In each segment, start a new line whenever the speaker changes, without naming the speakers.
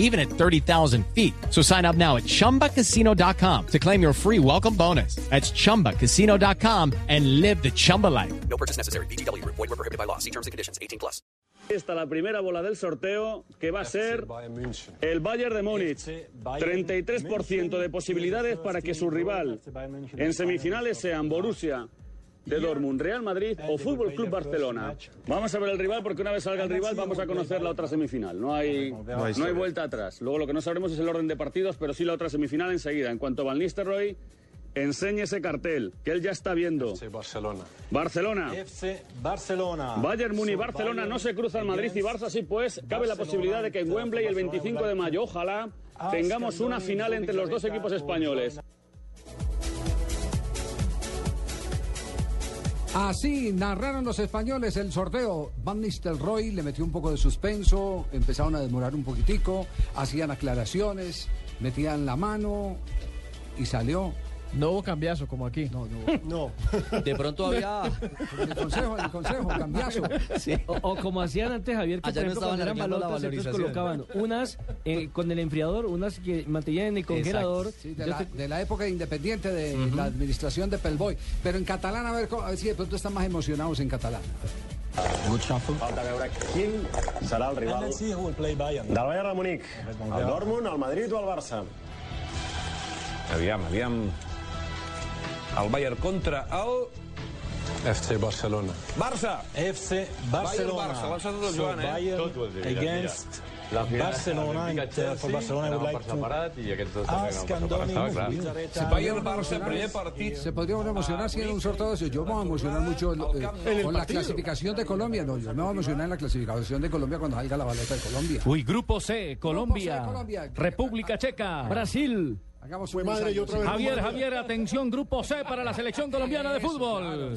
even at 30,000 feet. So sign up now at ChumbaCasino.com to claim your free welcome bonus. That's ChumbaCasino.com and live the Chumba life.
No purchase necessary. BGW. Void were prohibited by law. See terms and conditions. 18 plus.
Esta la primera bola del sorteo que va a ser
Bayern München.
el Bayern de Múnich.
FC Bayern
33% de
München
posibilidades
versus
para que
team
su
goal
rival
FC Bayern München
en
is
semifinales
Bayern
sean Borussia de Dortmund, Real Madrid o Fútbol Club Barcelona. Vamos a ver el rival porque una vez salga el rival vamos a conocer la otra semifinal. No hay, no hay vuelta atrás. Luego lo que no sabremos es el orden de partidos, pero sí la otra semifinal enseguida. En cuanto a Van Nistelrooy, enseñe ese cartel que él ya está viendo.
FC Barcelona.
Barcelona.
FC Barcelona.
Bayern Muni,
So,
Barcelona
Bayern
no se cruzan Madrid y
against
Barça, sí pues, cabe la
Barcelona
posibilidad de que en
contra
Wembley el
Barcelona
25 de
Blackburn.
mayo, ojalá,
Ah,
tengamos
Scandoni,
una final entre los dos equipos españoles.
Así narraron los españoles el sorteo. Van Nistelrooy le metió un poco de suspenso, empezaron a demorar un poquitico, hacían aclaraciones, metían la mano y salió.
No hubo cambiazo como aquí.
No, no.
No.
De pronto había.
El consejo, el consejo, cambiazo.
O, o como hacían antes, Javier, que
Allá
por
no
ejemplo,
estaban
cuando eran
alargando la
balotas, entonces
valorización.
colocaban unas eh, con el enfriador, unas que mantenían en el congelador.
Sí, de,
Yo
la,
te-
de la época independiente de la administración de Pelboy. Pero en catalán, a ver, co- a ver si de pronto están más emocionados en catalán.
Falta veure quin serà el rival
Let's see who will play Bayern.
del Bayern de Múnich. El Dortmund, el Madrid o el Barça?
Aviam, aviam. El Bayern contra el
FC Barcelona.
Barça.
FC Barcelona.
Barça, Barça tot el Joan, eh?
Bayern against Barcelona. and, uh, for Barcelona, I would like to
i aquests dos
ask Scandoni,
Si Bayern-Barça, primer partit...
eh, Se podría uno emocionar si era un sorteo de eso. Yo me voy a emocionar mucho eh, con la clasificación de Colombia. No, yo me voy a emocionar en la clasificación de Colombia cuando salga la balota de Colombia.
Uy, Grupo C,
Colombia, Colombia. República
Checa, Brasil.
Hagamos un madre, yo otra vez.
Javier, Javier, atención, Grupo C para la selección colombiana de fútbol.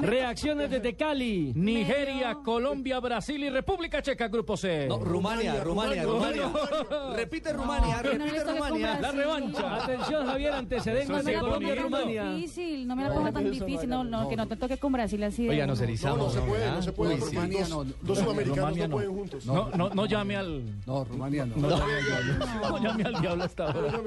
Reacciones desde Cali, Nigeria, Colombia, Brasil y República Checa, Grupo C.
No, Rumania, Rumania, Rumania. Repite Rumania, repite Rumania.
La revancha. Atención, Javier, antecedentes de Colombia y Rumania.
difícil, no me la ponga tan difícil, no, no, que no te toque con Brasil así.
Oiga, nos erizamos. No,
no se puede. Rumania no. Dos sudamericanos no pueden juntos. No,
No, no llame al.
no, Rumania no.
No llame al diablo hasta ahora.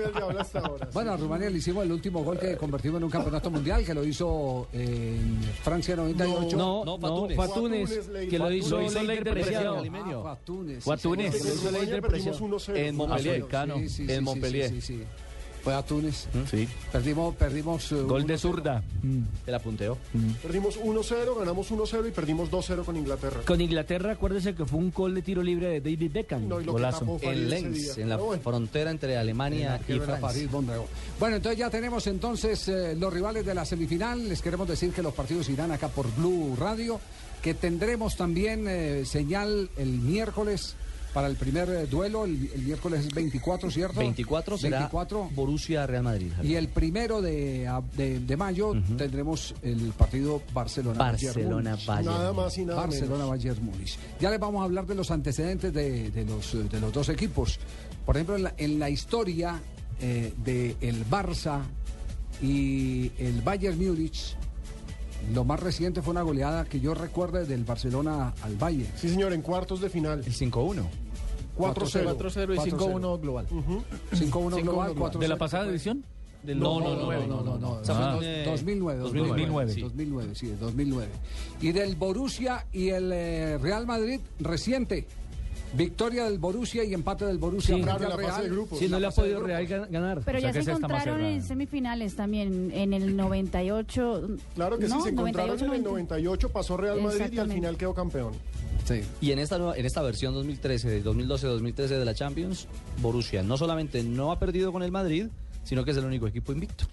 Bueno, a Rumania le hicimos el último gol que convertimos en un campeonato mundial, que lo hizo eh, en Francia 98.
No,
no,
no,
Fatunes.
Fatunes, que lo hizo,
Lo hizo
Leiter
Leiter
Preciado.
Preciado.
Ah, fue a Túnez.
Fue a Túnez.
Sí, sí, sí.
En
Ah,
Montpellier.
Sí, sí, sí,
en
sí,
Montpellier. ¿Mm?
sí, sí, sí. Fue a Túnez. Perdimos, perdimos. eh,
Gol
uno-
de zurda.
El apunteo.
Perdimos 1-0, ganamos 1-0 y perdimos 2-0 con Inglaterra.
Con Inglaterra, acuérdese que fue un gol de tiro libre de David Beckham.
No, y lo que
Golazo.
tapó.
En
Ese
Lens,
día.
en la
Pero bueno.
frontera entre Alemania y
Quiero ver a
Francia.
París, Bondragón. Bueno, entonces ya tenemos entonces eh, los rivales de la semifinal. Les queremos decir que los partidos irán acá por Blue Radio, que tendremos también eh, señal el miércoles para el primer eh, duelo. El, el miércoles es 24, ¿cierto?
24 será
24.
Borussia Real Madrid. Javier.
Y el primero de, ab- de- de mayo tendremos el partido Barcelona-Bayern Múnich.
Barcelona, Bayern.
más y
Barcelona, Bayern Múnich. Ya les vamos a hablar de los antecedentes de, de los, eh, de los dos equipos. Por ejemplo, en la, en la historia eh, de el Barça y el Bayern Múnich, lo más reciente fue una goleada que yo recuerde del Barcelona al Bayern.
Sí, señor, en cuartos de final.
El 5-1.
4-0.
4-0 y 5-1
global.
5-1 global, 4-0.
¿De la pasada edición? Del
No, no, no,
dos-
no, no, no.
Esa fue
Ah.
en,
Dos-
eh,
2009,
2009,
2009,
sí.
2009, sí, el 2009. Y del Borussia y el eh, Real Madrid reciente. Victoria del Borussia y empate del Borussia
Sí.
frente al
Claro, en la fase de
Real.
grupos.
Si no le ha
fase de
podido
grupos.
Real gan- ganar.
Pero
O sea
ya
pues que esa está
se
más
encontraron
cerrada.
en semifinales también, en el 98.
Claro que sí,
no,
se encontraron en el
98,
98, pasó Real Madrid y al
Exactamente.
final quedó campeón.
Sí.
Y en esta, nueva- en esta versión 2013, de 2012-2013 de la Champions, Borussia no solamente no ha perdido con el Madrid, sino que es el único equipo invicto.